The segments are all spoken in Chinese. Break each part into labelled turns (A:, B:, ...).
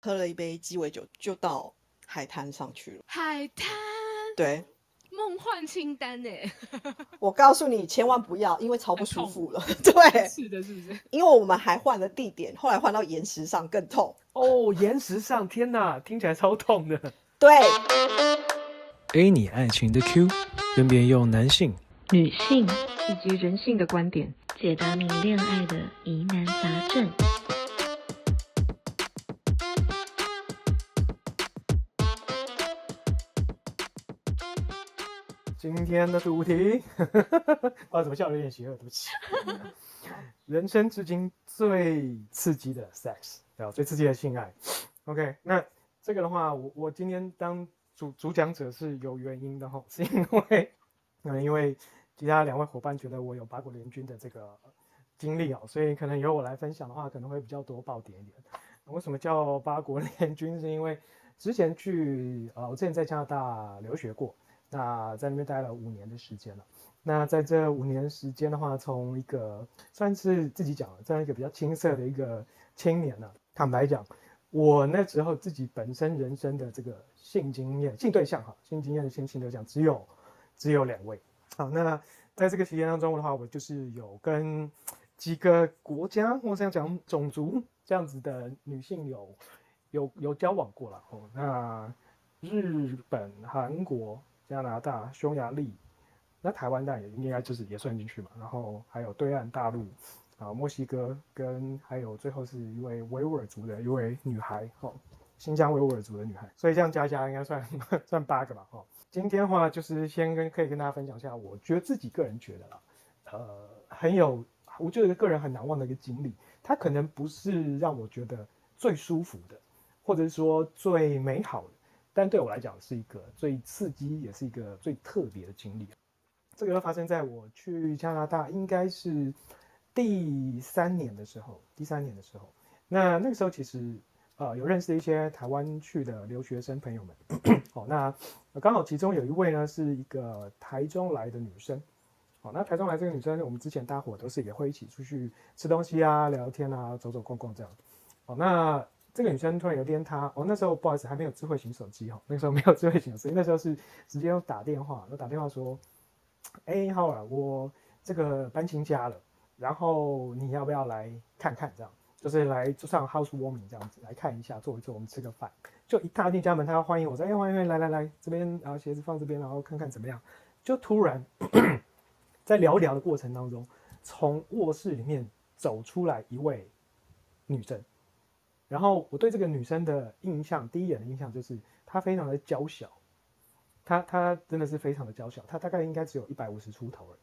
A: 喝了一杯鸡尾酒，就到海滩上去了。
B: 海滩
A: 对
B: 梦幻清单欸呢？
A: 我告诉你，千万不要，因为超不舒服了。
C: 哎
A: 对，
B: 是的，是不是？
A: 因为我们还换了地点，后来换到岩石上更痛。
C: 哦，岩石上，天哪，听起来超痛的。
A: 对，
C: A 你爱情的 Q，分别用男性、
D: 女性以及人性的观点，解答你恋爱的疑难杂症。
C: 今天的主题， 啊，怎么笑得有点邪恶？对不起。人生至今最刺激的 sex，对吧？最刺激的性爱。OK，那这个的话，我我今天当主主讲者是有原因的哈， 是因为，嗯，因为其他两位伙伴觉得我有八国联军的这个经历哦，所以可能由我来分享的话，可能会比较多爆点一点。为什么叫八国联军？是因为之前去呃，我之前在加拿大留学过，那在那边待了五年的时间了。那在这五年时间的话，从一个算是自己讲的这样一个比较青涩的一个青年呢、坦白讲，我那时候自己本身人生的这个性经验、性对象哈，性经验的性性对象只有只有两位。好，那在这个期间当中的话，我就是有跟几个国家或这样讲种族这样子的女性有有有交往过了哦。那日本、韩国、加拿大、匈牙利，那台湾当然也应该就是也算进去嘛。然后还有对岸大陆啊、墨西哥跟还有最后是一位维吾尔族的一位女孩哦，新疆维吾尔族的女孩。所以这样加一加应该算算八个吧哦。今天的话就是先跟可以跟大家分享一下，我觉得自己个人觉得啦，呃，很有我觉得个人很难忘的一个经历。它可能不是让我觉得最舒服的，或者是说最美好的，但对我来讲是一个最刺激，也是一个最特别的经历。这个发生在我去加拿大，应该是第三年的时候，第三年的时候。那那个时候其实呃有认识一些台湾去的留学生朋友们，哦，那呃刚好其中有一位呢是一个台中来的女生，哦，那台中来这个女生，我们之前搭伙都是也会一起出去吃东西啊、聊天啊、走走逛逛这样。哦，那这个女生突然有一天她，哦，那时候不好意思还没有智慧型手机哦，那时候没有智慧型手机，那时候是直接用打电话，那打电话说，哎，浩啊，我这个搬新家了，然后你要不要来看看这样？就是来做上 housewarming 这样子来看一下，坐一坐，我们吃个饭。就一踏进家门，他要欢迎我说：“哎，欢迎，欢迎来来来，这边，然后鞋子放这边，然后看看怎么样。”就突然在聊一聊的过程当中，从卧室里面走出来一位女生，然后我对这个女生的印象，第一眼的印象就是她非常的娇小，她她真的是非常的娇小，她大概应该只有一百五十出头了，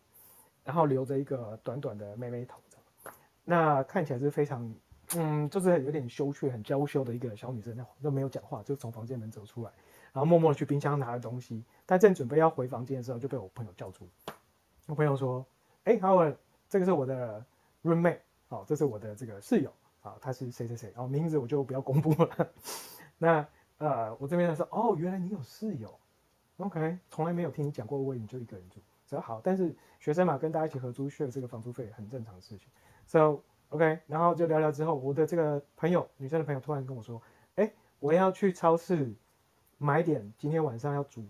C: 然后留着一个短短的妹妹头这样，那看起来是非常。嗯，就是有点羞怯、很娇羞的一个小女生，那都没有讲话，就从房间门走出来，然后默默的去冰箱拿了东西。但正准备要回房间的时候，就被我朋友叫住。我朋友说：“哎、h o w a r d 这个是我的 roommate，哦，这是我的这个室友啊，他是谁谁谁，哦，名字我就不要公布了。 那呃，我这边说，哦，原来你有室友，OK，从来没有听你讲过，我你就一个人住，只要好，但是学生嘛，跟大家一起合租 share 这个房租费很正常的事情，so OK，然后就聊聊之后，我的这个朋友，女生的朋友突然跟我说，哎，我要去超市买点今天晚上要煮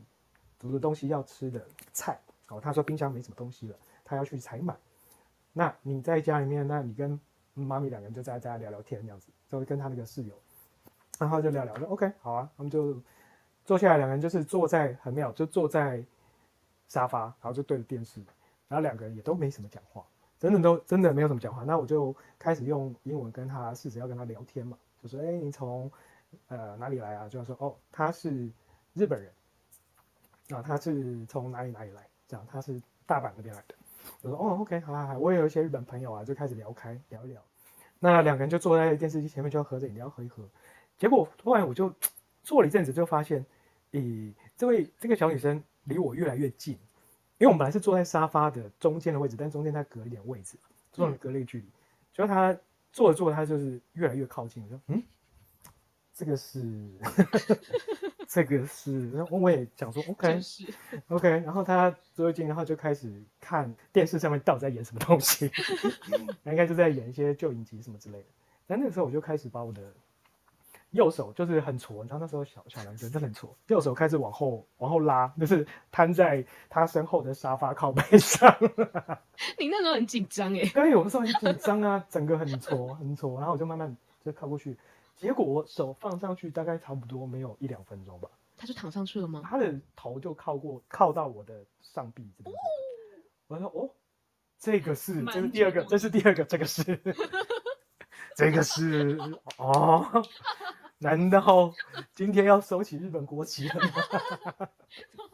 C: 煮的东西要吃的菜，哦，他说冰箱没什么东西了，他要去采买。那你在家里面，那你跟妈咪两个人就在家聊聊天这样子，就跟他那个室友，然后就聊聊，说 OK 好啊，他们就坐下来，两个人就是坐在很妙，就坐在沙发，然后就对着电视，然后两个人也都没什么讲话，真的都真的没有什么讲话。那我就开始用英文跟他试着要跟他聊天嘛，就说哎、你从呃哪里来啊？就要说哦他是日本人，啊他是从哪里哪里来，这样他是大阪那边来的。我说哦，OK，好好好，我也有一些日本朋友啊，就开始聊开聊一聊。那两个人就坐在电视机前面，就要喝着饮料喝一喝。结果突然我就坐了一阵子，就发现，咦，这位这个小女生离我越来越近，因为我们本来是坐在沙发的中间的位置，但中间她隔了一点位置，坐了隔了一距离。结果她坐着坐着，她就是越来越靠近。我说嗯，这个是， 这个是，然后我也想说 OK，
B: 真是
C: OK，然后他最近，然后就开始看电视上面到底在演什么东西，应该就在演一些旧影集什么之类的。但那个时候我就开始把我的右手就是很挫，你知道那时候小小男生真的很挫，右手开始往后往后拉，就是瘫在他身后的沙发靠背上。
B: 你那时候很紧张哎，
C: 对，我那时候很紧张啊，整个很挫很挫，然后我就慢慢就靠过去，结果我手放上去大概差不多没有一两分钟吧，
B: 他就躺上去了吗？
C: 他的头就靠过靠到我的上臂这边，我说哦，这个是，这是
B: 蛮
C: 第二个，
B: 久
C: 这是第二个，这个 是，这个是哦， 难道今天要收起日本国旗了吗？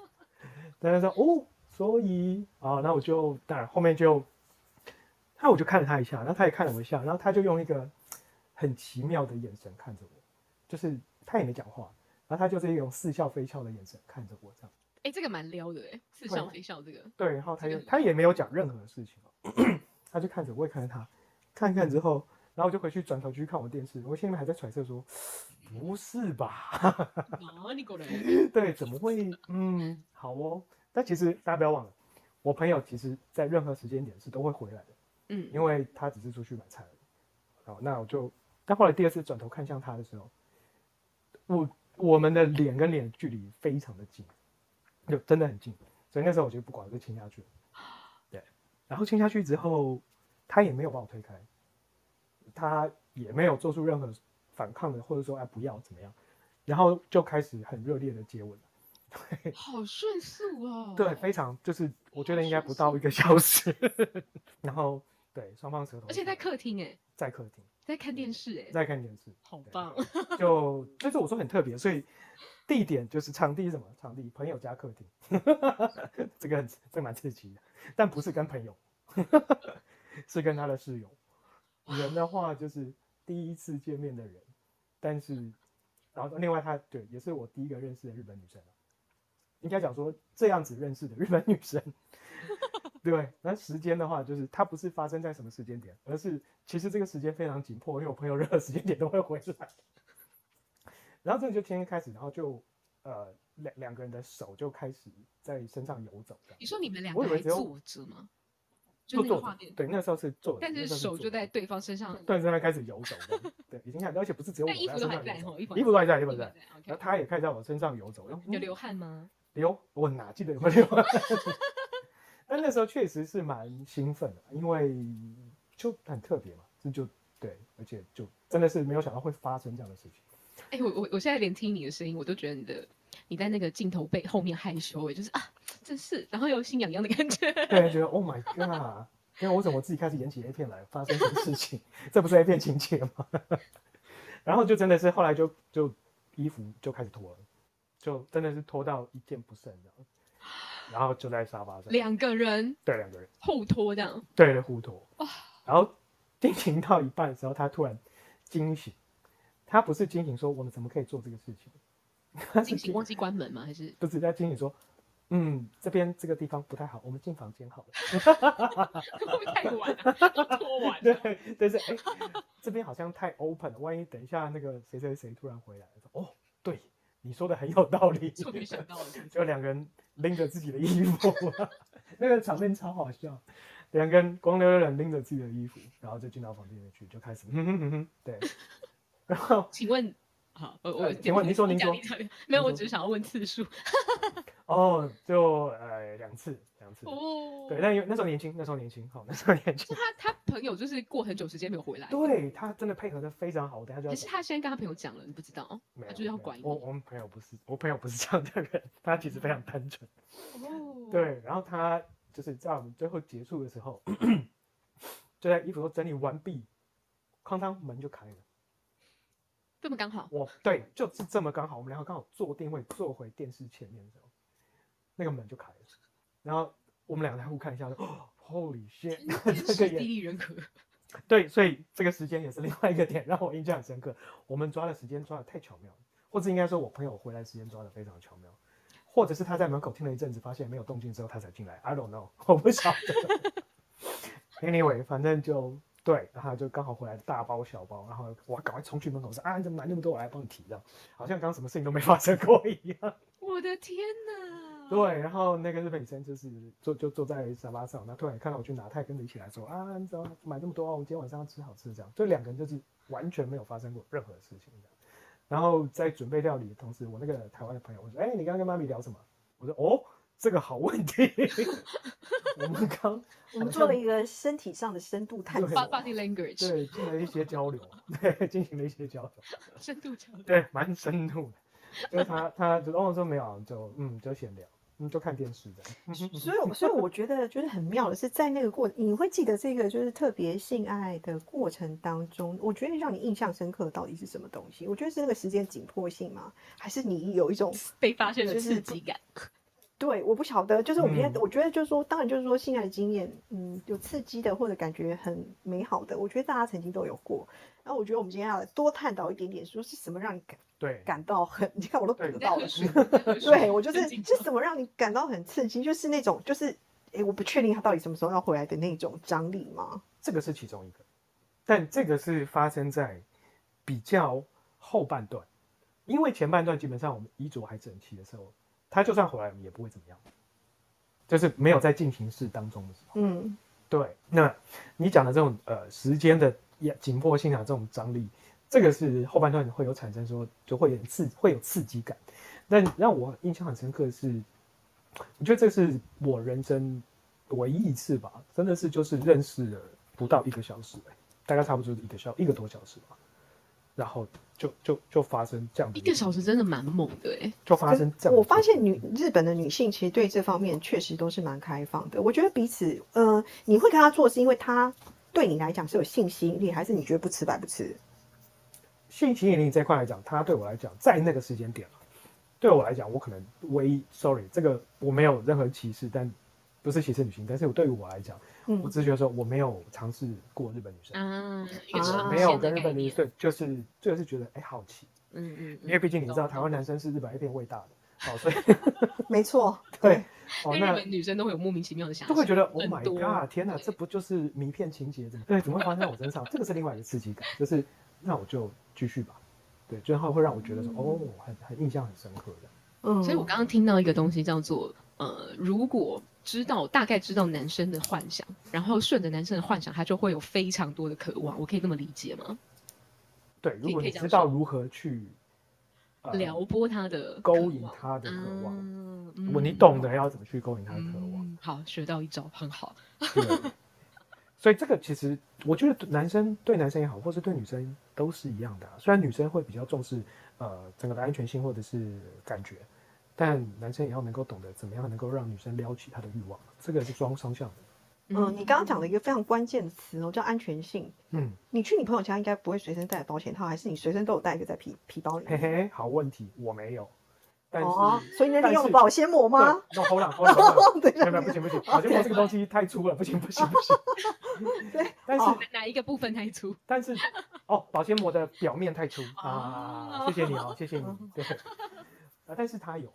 C: 大家说哦，所以啊，那我就当然后面就，那我就看了他一下，然后他也看了我一下，然后他就用一个很奇妙的眼神看着我，就是他也没讲话，然后他就是用似笑非笑的眼神看着我这样。
B: 哎，这个蛮撩的哎，似
C: 会
B: 笑
C: 吗
B: 非笑这个，
C: 对，然后他就
B: 这个
C: 他也没有讲任何事情哦， 他就看着我，我也看着他，看一看之后，然后我就回去转头去看我电视，我心里面还在揣测说，不是吧？
B: 哪里过来？
C: 对，怎么会？嗯，好哦。但其实大家不要忘了，我朋友其实在任何时间点是都会回来的，
B: 嗯，
C: 因为他只是出去买菜而已。好，那我就，但后来第二次转头看向他的时候，我我们的脸跟脸距离非常的近，就真的很近，所以那时候我就不管，我就亲下去了。对，然后亲下去之后，他也没有把我推开，他也没有做出任何反抗的，或者说哎不要怎么样，然后就开始很热烈的接吻了。
B: 好迅速哦。
C: 对，非常就是我觉得应该不到一个小时， 然后对双方舌头，
B: 而且在客厅哎，
C: 在客厅，
B: 在看电视哎，
C: 在看电视，
B: 好
C: 对
B: 棒。
C: 就就是我说很特别，所以地点就是场地是什么场地，朋友家客厅， 这个很这个蛮刺激的，但不是跟朋友， 是跟他的室友。人的话就是第一次见面的人，但是然后另外他对也是我第一个认识的日本女生啊应该讲说这样子认识的日本女生。对，那时间的话，就是它不是发生在什么时间点，而是其实这个时间非常紧迫，因为我朋友任何时间点都会回来。然后这就天天开始，然后就呃两两个人的手就开始在身上游走这样，
B: 你说你们两
C: 我
B: 个
C: 以为
B: 还
C: 只有
B: 坐着吗？就那个
C: 坐
B: 画
C: 着
B: 面，
C: 对，那时候是坐着，
B: 但
C: 那
B: 是
C: 时候
B: 手
C: 坐
B: 就
C: 着
B: 在对方身上，
C: 对，正在开始游走这样，对，已经看到，而且不是只有我
B: 但
C: 在
B: 衣服
C: 他
B: 都
C: 身
B: 还
C: 上
B: 在
C: 游
B: 哦，
C: 走
B: 衣服
C: 衣服都还在，衣服
B: 还
C: 都
B: 在。。
C: 还在
B: OK，
C: 然后他嗯也开始在我身上 游走，然后
B: 有流汗吗？
C: 流，我哪记得有没有流汗？ 但那时候确实是蛮兴奋的，因为就很特别嘛，这就对，而且就真的是没有想到会发生这样的事情。
B: 哎、我我我现在连听你的声音，我都觉得你的你在那个镜头背后面害羞，哎，就是啊，真是，然后又心痒痒的感觉。
C: 对，觉得 Oh my God，因为我怎么自己开始演起 A 片来，发生什么事情？这不是 A 片情节吗？ 然后就真的是后来就就衣服就开始脱了，就真的是脱到一件不剩这样，然后就在沙发上，
B: 两个人
C: 对两个人
B: 后拖这样，
C: 对着互脱，然后进行到一半的时候，他突然惊醒，他不是惊醒说我们怎么可以做这个事情，他是
B: 惊醒忘记关门吗？还是
C: 不是在惊醒说，嗯，这边这个地方不太好，我们进房间好了。
B: 会不会太晚了、都拖完了。
C: 对，但是哎，这边好像太 open 了，万一等一下那个谁谁谁突然回来，说哦，对，你说的很有 道理，
B: 错觉想到了是不是，
C: 就两个人拎着自己的衣服， 那个场面超好笑，两个人光溜溜的拎着自己的衣服，然后就进到房间里面去，就开始，嗯哼嗯哼，对，然后
B: 请问，好，我我
C: 呃请问您说您
B: 讲
C: 说
B: 讲讲没有，
C: 您
B: 我
C: 说
B: 只是想要问次数。
C: 哦，就呃两次两次，
B: 哦，
C: 对，但因为那时候年轻，那时候年轻，好，那时候年轻
B: 是，他他朋友就是过很久时间没有回来，
C: 对他真的配合的非常好，我等一下就要
B: 还是
C: 讲
B: 他先跟他朋友讲了，你不知道。
C: 没有
B: 他就是要
C: 没有
B: 管
C: 我。
B: 你
C: 我们朋友不是，我朋友不是这样的人，他其实非常单纯。
B: 哦，
C: 对，然后他就是在我们最后结束的时候，就在衣服都整理完毕，康康门就开了。
B: 这么刚好，
C: 我对，就是这么刚好，我们两个刚好坐定位坐回电视前面的时候，那个门就开了，然后我们两个在互看一下， 就 Holy shit！
B: 天
C: 这个
B: 时地
C: 也
B: 利人和。
C: 对，所以这个时间也是另外一个点让我印象很深刻。我们抓的时间抓的太巧妙了，或者应该说我朋友回来时间抓的非常巧妙，或者是他在门口听了一阵子，发现没有动静之后他才进来。I don't know，我不晓得。anyway，反正就对，然后就刚好回来大包小包，然后我赶快冲去门口说啊，你怎么买那么多？我来帮你提这样，好像刚什么事情都没发生过一样。
B: 我的天
A: 嗯
B: 哪！
C: 对，然后那个日本女生就是坐就坐在沙发上，然后突然看到我去拿，她也跟着一起来说啊，你怎么买这么多啊？我们今天晚上要吃好吃的这样，就两个人就是完全没有发生过任何事情这样。然后在准备料理的同时，我那个台湾的朋友我说：“哎、你刚刚跟妈咪聊什么？”我说：“哦，这个好问题。 我们刚
A: 我们做了一个身体上的深度探
C: 对
A: 索
B: Bo-。，body language，
C: 对进了一些交 流，对进行了一些交流。”
B: 深度交流。
C: 对，蛮深入的。就是他，他就哦说没有啊，就嗯就闲聊，嗯就看电视的。
A: 所以我，所以我觉得就是很妙的是，在那个过，你会记得这个就是特别性爱的过程当中，我觉得让你印象深刻的到底是什么东西？我觉得是那个时间紧迫性吗？还是你有一种
B: 被发现
A: 就
B: 的
A: 是
B: 刺激感，
A: 对，我不晓得，就是我们现在，
C: 嗯
A: 我觉得就是说，当然就是说，性爱的经验，嗯，有刺激的或者感觉很美好的，我觉得大家曾经都有过。然后我觉得我们今天要多探讨一点点，说是什么让你感
C: 对，
A: 感到很，你看我都
C: 对
A: 得
B: 在
A: 到
B: 喝
A: 了，
B: 水， 在喝水
A: 对我就
B: 真
A: 是
B: 紧
A: 是
B: 张
A: 什么让你感到很刺激，就是那种就是，诶，我不确定他到底什么时候要回来的那种张力吗？
C: 这个是其中一个，但这个是发生在比较后半段，因为前半段基本上我们衣着还整齐的时候，他就算回来我们也不会怎么样，就是没有在进行式当中的时候。
A: 嗯，
C: 对，那你讲的这种呃时间的也紧迫性啊，这种张力，这个是后半段会有产生说就会有点刺会有刺激感。但让我印象很深刻的是，我觉得这是我人生唯一一次吧，真的是就是认识了不到一个小时、欸大概差不多一个小一个多小时吧，然后就就就发生这样的
B: 一个小时真的蛮猛的哎、
C: 就发生这样的事情。
A: 我发现女日本的女性其实对这方面确实都是蛮开放的。我觉得彼此，呃，你会跟他做，是因为他对你来讲是有性吸引力，还是你觉得不吃白不吃？
C: 性吸引力这块来讲，它对我来讲，在那个时间点啊，对我来讲，我可能唯一，sorry，这个我没有任何歧视，但不是歧视女性，但是我对于我来讲，
A: 嗯
C: 我只是觉得说我没有尝试过日本女生，
B: 啊，一
A: 啊
B: 个
A: 嗯
C: 没有跟日
B: 日
C: 本
B: 本
C: 女生，就是就是觉得哎、好奇，
B: 嗯嗯，
C: 因为毕竟你知道
B: 懂
C: 台湾男生是日本 A 片味大 的，哦，所以
A: 没错，
C: 对，哦
B: 但日
C: 那。
B: 本女生都会有莫名其妙的遐想，
C: 都会觉得 Oh
B: 很
C: my
B: 多
C: God，天哪，这不就是迷骗情节？怎么对？怎么会发生在我身上？这个是另外一个刺激感，就是那我就继续吧。对，最后会让我觉得
B: 嗯
C: 说，哦，很很印象很深刻的。
A: 嗯，
B: 所以我刚刚听到一个东西叫做呃，如果知道大概知道男生的幻想，然后顺着男生的幻想，他就会有非常多的渴望，我可以这么理解吗？
C: 对，
B: 可
C: 如
B: 以
C: 果
B: 可以
C: 你
B: 这
C: 知
B: 样
C: 道
B: 说
C: 如何去、呃
B: 撩拨他的
C: 勾
B: 渴
C: 引
B: 望
C: 他的渴望，
B: 啊
C: 如果你
B: 嗯
C: 懂得要怎么去勾引他的渴望，
B: 嗯，好，学到一招，很好。
C: 对。所以这个其实我觉得男生对男生也好，或是对女生都是一样的啊、虽然女生会比较重视呃整个的安全性或者是感觉，但男生也要能够懂得怎么样能够让女生撩起她的欲望，这个是双双向的。
A: 嗯，你刚刚讲了一个非常关键的词哦，叫安全性。
C: 嗯，
A: 你去你朋友家应该不会随身带保险套，还是你随身都有带一个在皮皮包里
C: 嘿
A: 面？
C: 嘿，好问题，我没有，但是、
A: 哦，所以那
C: 但
A: 里用
C: 是
A: 保鲜膜吗？
C: 对？那好冷，好冷， 好冷
A: 对
C: 没有没有不行不行，我觉得我这个东西太粗了，不行不行不行。
A: 对，
C: 但是
A: 哦
B: 哪一个部分太粗？
C: 但是哦，保鲜膜的表面太粗啊，谢谢你哦，谢谢你。对，啊，但是他有，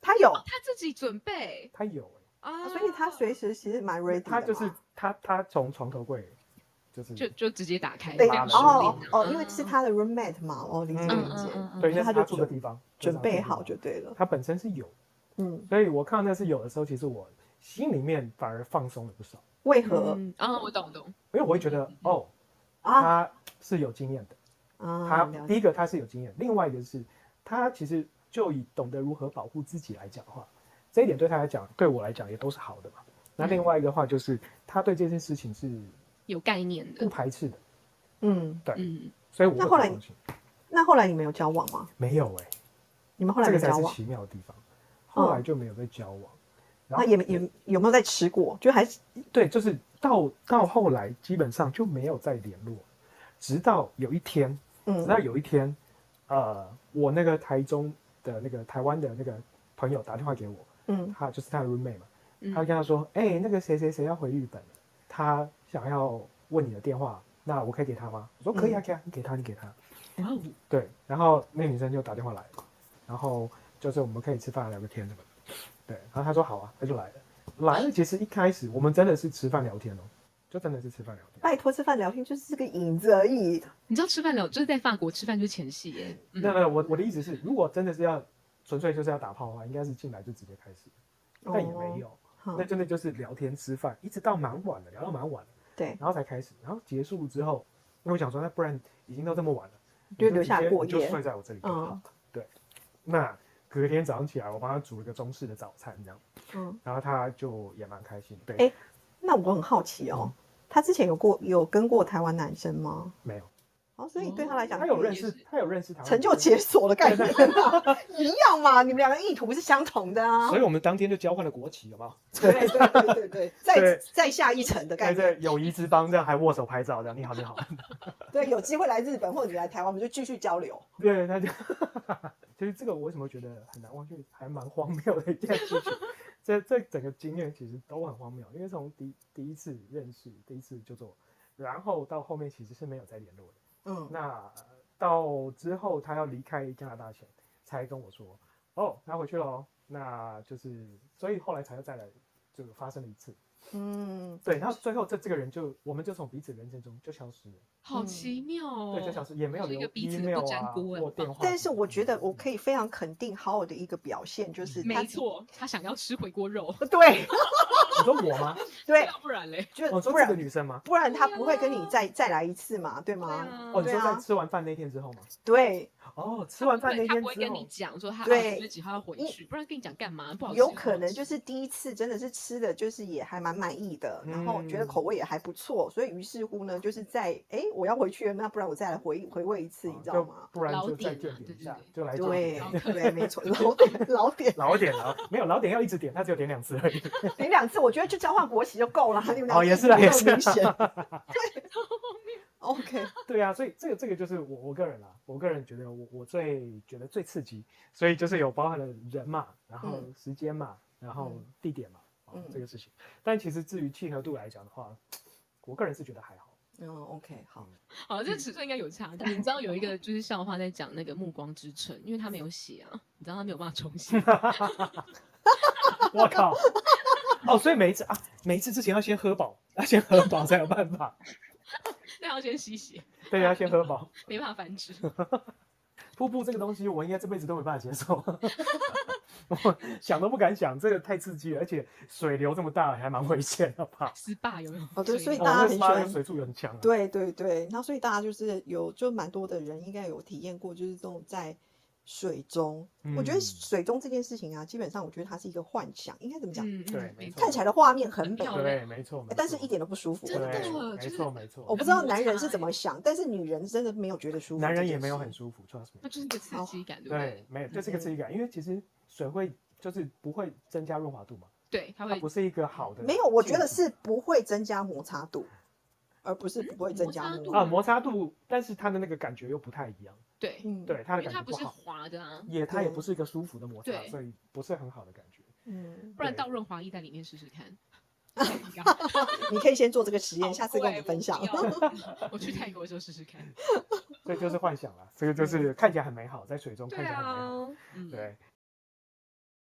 A: 他有，
B: 他自己准备
C: 他有欸，
B: 啊，
A: 所以他随时其实蛮 ready 的嘛。
C: 他就是他他从床头柜就是
B: 就就直接打开，
A: 对，
B: 这
A: 然
B: 样
C: 拉了
B: 手
A: 后
B: 拎
A: 哦，因为是
B: 嗯
A: 他的 roommate 嘛，哦，理解
C: 嗯
A: 理
C: 嗯
A: 解，
B: 嗯嗯
C: 对，那是
A: 他就
C: 住的
A: 准
C: 地方，就
A: 准
C: 是他住
A: 备
C: 的地
A: 好
C: 方
A: 就对了。
C: 他本身是有，
A: 嗯，
C: 所以我看到那是有的时候，其实我心里面反而放松了不少，
A: 为何
B: 嗯啊，我懂懂，
C: 因为我会觉得哦，
A: 啊？
C: 他是有经验的，他
A: 啊，了
C: 第
A: 解
C: 一个他是有经验，另外一个是他其实就以懂得如何保护自己来讲话，这一点对他来讲，对我来讲也都是好的嘛。
A: 嗯
C: 那另外一个话就是他对这件事情是
B: 有概念
C: 不
B: 的，
C: 排斥的，
A: 嗯，
B: 嗯，
C: 所以我
A: 那
C: 会
A: 后
C: 把
A: 来
C: 东西
A: 那后来你们有交往吗？
C: 没有哎、
A: 你们后来
C: 这
A: 没
C: 个
A: 有交
C: 才是
A: 往？嗯
C: 奇妙的地方，后来就没有再交往。
A: 那
C: 然后
A: 也没也有没有在吃过？就还是
C: 对，就是到到后来基本上就没有再联络，直到有一天，直到
A: 嗯
C: 有一天，呃，我那个台中的那个台湾的那个朋友打电话给我，
A: 嗯
C: 他就是他的 roommate 嘛，
B: 嗯
C: 他就跟他说，哎、那个谁谁谁要回日本了，他想要问你的电话，那我可以给他吗？我说可以啊，可以啊，你给他，你给他。
B: 嗯哇哦，
C: 对，然后那个女生就打电话来了，然后就是我们可以吃饭聊个天什么的，对，然后他说好啊，他就来了。来了，其实一开始我们真的是吃饭聊天哦，就真的是吃饭聊天。
A: 拜托，吃饭聊天就是这个影子而已。
B: 你知道吃饭了，就是在法国吃饭就是前戏耶，嗯
C: 那那我我的意思是，如果真的是要纯粹就是要打炮的话，应该是进来就直接开始，但也没有，
A: 好
B: 哦
C: 那，真的就是聊天吃饭，一直到蛮晚的，聊到蛮晚的，
A: 嗯对，
C: 然后才开始，然后结束之后，因为我想说，那不然已经都这么晚了，你
A: 就留
C: 直
A: 下
C: 接
A: 来过
C: 你就
A: 夜
C: 睡在我这里就好。
A: 嗯
C: 对，那隔天早上起来，我帮他煮了个中式的早餐，这样，
A: 嗯，
C: 然后他就也蛮开心。对，
A: 哎那我很好奇哦，
C: 嗯
A: 他之前有过有跟过台湾男生吗？
C: 没有，
A: 哦，所以对他来讲，
C: 嗯他有
B: 也
C: 认识
B: 是，
C: 他有认识他，
A: 成就解锁的概念 啊，一样嘛，你们两个意图是相同的啊
C: 所。以我们当天就交换了国旗，有没有？
A: 对对对对对，再
C: 对
A: 再下一层的概
C: 对
A: 念。
C: 对，友谊之邦这样还握手拍照这样，你好你好。
A: 对，有机会来日本或者你来台湾，我们就继续交流。
C: 对，他就 就是这个，我为什么觉得很难忘，就是还蛮荒谬的一件事情。这这整个经验其实都很荒谬，因为从第第一次认识，第一次就做，然后到后面其实是没有再联络的。
A: 嗯，
C: 那到之后他要离开加拿大前，才跟我说，哦，他回去了哦，那就是，所以后来才又再来就发生了一次。
A: 嗯，
C: 对，然后最后这这个人就，我们就从彼此人生中就消失了。
B: 好
A: 嗯
B: 奇妙哦，
C: 对，就消失，也没有
B: 是一
C: 留
B: 个彼此的不
C: email 啊
B: 沾锅
C: 或
B: 哎
C: 电话。
A: 但是我觉
C: 嗯
A: 得我可以非常肯定好友的一个表现，就是他
B: 没，错，他想要吃回锅肉，
A: 对
C: 你说 我吗？哦
A: 对，
B: 要不然嘞，
A: 就
C: 我
A: 不
C: 说这个
A: 然
C: 女生吗？
A: 不然他不会跟你再再来一次嘛，对吗？
C: 哦，你
A: 对
C: 说在
A: 啊
C: 吃完饭那天之后吗？
A: 对，
C: 哦，吃完饭那
B: 嗯他
C: 天
B: 不会
C: 之
B: 跟你
C: 后，
B: 讲说他二
A: 对
B: 十月几号要回去，不然跟你讲干嘛？不好吃，
A: 有
B: 不
A: 可
B: 好
A: 能
B: 吃
A: 就是第一次真的是吃的，就是也还蛮满意的，然后觉得
C: 嗯
A: 口味也还不错，所以于是乎呢，就是在哎我要回去了，那不然我再来回回味一次，你知道
C: 就
A: 吗？
C: 不然
B: 老
C: 就再
B: 点
C: 见
B: 啊
C: 点
B: 对
C: 一
B: 对
C: 下
B: 对，
C: 哦就来这
A: 对
C: 点。
A: 对，没错，老点老点，
C: 老点了，没有老点要一直点，他只有点两次而已。
A: 点两次，我觉得就交换国旗就够了，你们两
C: 哦，
A: 个
C: 也是啦，也
A: 很
C: 是
A: 明显 哦
C: 啦。
A: ，OK，
C: 对啊，所以这个这个就是我我个人啦，我个人觉得我我最觉得最刺激，所以就是有包含了人嘛，然后
A: 嗯
C: 时间嘛，然后
A: 嗯
C: 地点嘛，哦
A: 嗯
C: 这个事情。但其实至于契合度来讲的话，我个人是觉得还好。
A: 嗯，OK，好，
B: 好，这尺寸应该有差。你知道有一个就是笑话在讲那个《暮光之城》，因为他没有写啊，你知道他没有办法重写。
C: 我靠！哦，所以每一次啊，每一次之前要先喝饱，要先喝饱才有办法。
B: 那要先吸血，
C: 对，要先喝饱。
B: 没办法繁殖。
C: 瀑布这个东西，我应该这辈子都没办法接受， 我想都不敢想，这个太刺激了，而且水流这么大，还蛮危险的吧？
B: 斯霸有没有？
A: 哦对所以大
C: 哦，
A: 家
C: 那
A: 很喜
C: 妈的
A: 欢
C: 水柱也很强啊。
A: 对对对，那所以大家就是有就蛮多的人应该有体验过，就是这种在水中，我觉得
C: 嗯
A: 水中这件事情啊，基本上我觉得它是一个幻想，应该怎么讲？
B: 嗯，
C: 对
B: 嗯
C: 没错
A: 看起来的画面很美，呃
B: 漂亮
C: 对，没错，没错
A: 但是一点都不舒服。
B: 真的
A: 对
C: 对，没
B: 就是
C: 错没
A: 我
C: 错，
A: 不知道男人是怎么想，但是女人真的没有觉得舒服。
C: 男人也没有很，舒服，trust me。
B: 那就是一个刺激感，对不
C: 对
B: 对，？
C: 没有，这是一个刺激感，因为其实水会就是不会增加润滑度嘛，
B: 对，他
C: 它
B: 会
C: 不是一个好的。
A: 没有，我觉得是不会增加摩擦度，而不是不会增加
B: 摩擦
A: 摩
B: 度
A: 擦
C: 啊，摩擦度，但是它的那个感觉又不太一样，
B: 对，因
A: 嗯，
C: 对，它的
B: 为
C: 感
B: 它
C: 觉
B: 不
C: 不
B: 是
C: 好，
B: 滑的啊，
C: 也它也
A: 对
C: 不是一个舒服的摩擦，
B: 对
C: 所以不是很好的感觉。
A: 嗯，
B: 不然
C: 对
B: 倒润滑液在里面试试 看。
A: 你可以先做这个实验，
B: 好
A: 下次跟我们
B: 贵
C: 哦
A: 分享。
B: 我不要我去泰国的时候试试看。
C: 所以就是幻想啦，这个就是看起来很美好，在水中看
B: 对
C: 起来很美好。
B: 啊，嗯，
C: 对，